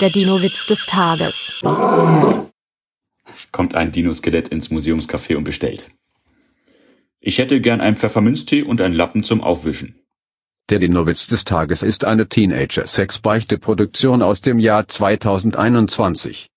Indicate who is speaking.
Speaker 1: Der Dino-Witz des Tages.
Speaker 2: Kommt ein Dinoskelett ins Museumscafé und bestellt. Ich hätte gern einen Pfefferminztee und einen Lappen zum Aufwischen.
Speaker 3: Der Dinowitz des Tages ist eine Teenager-Sex-Beichte-Produktion aus dem Jahr 2021.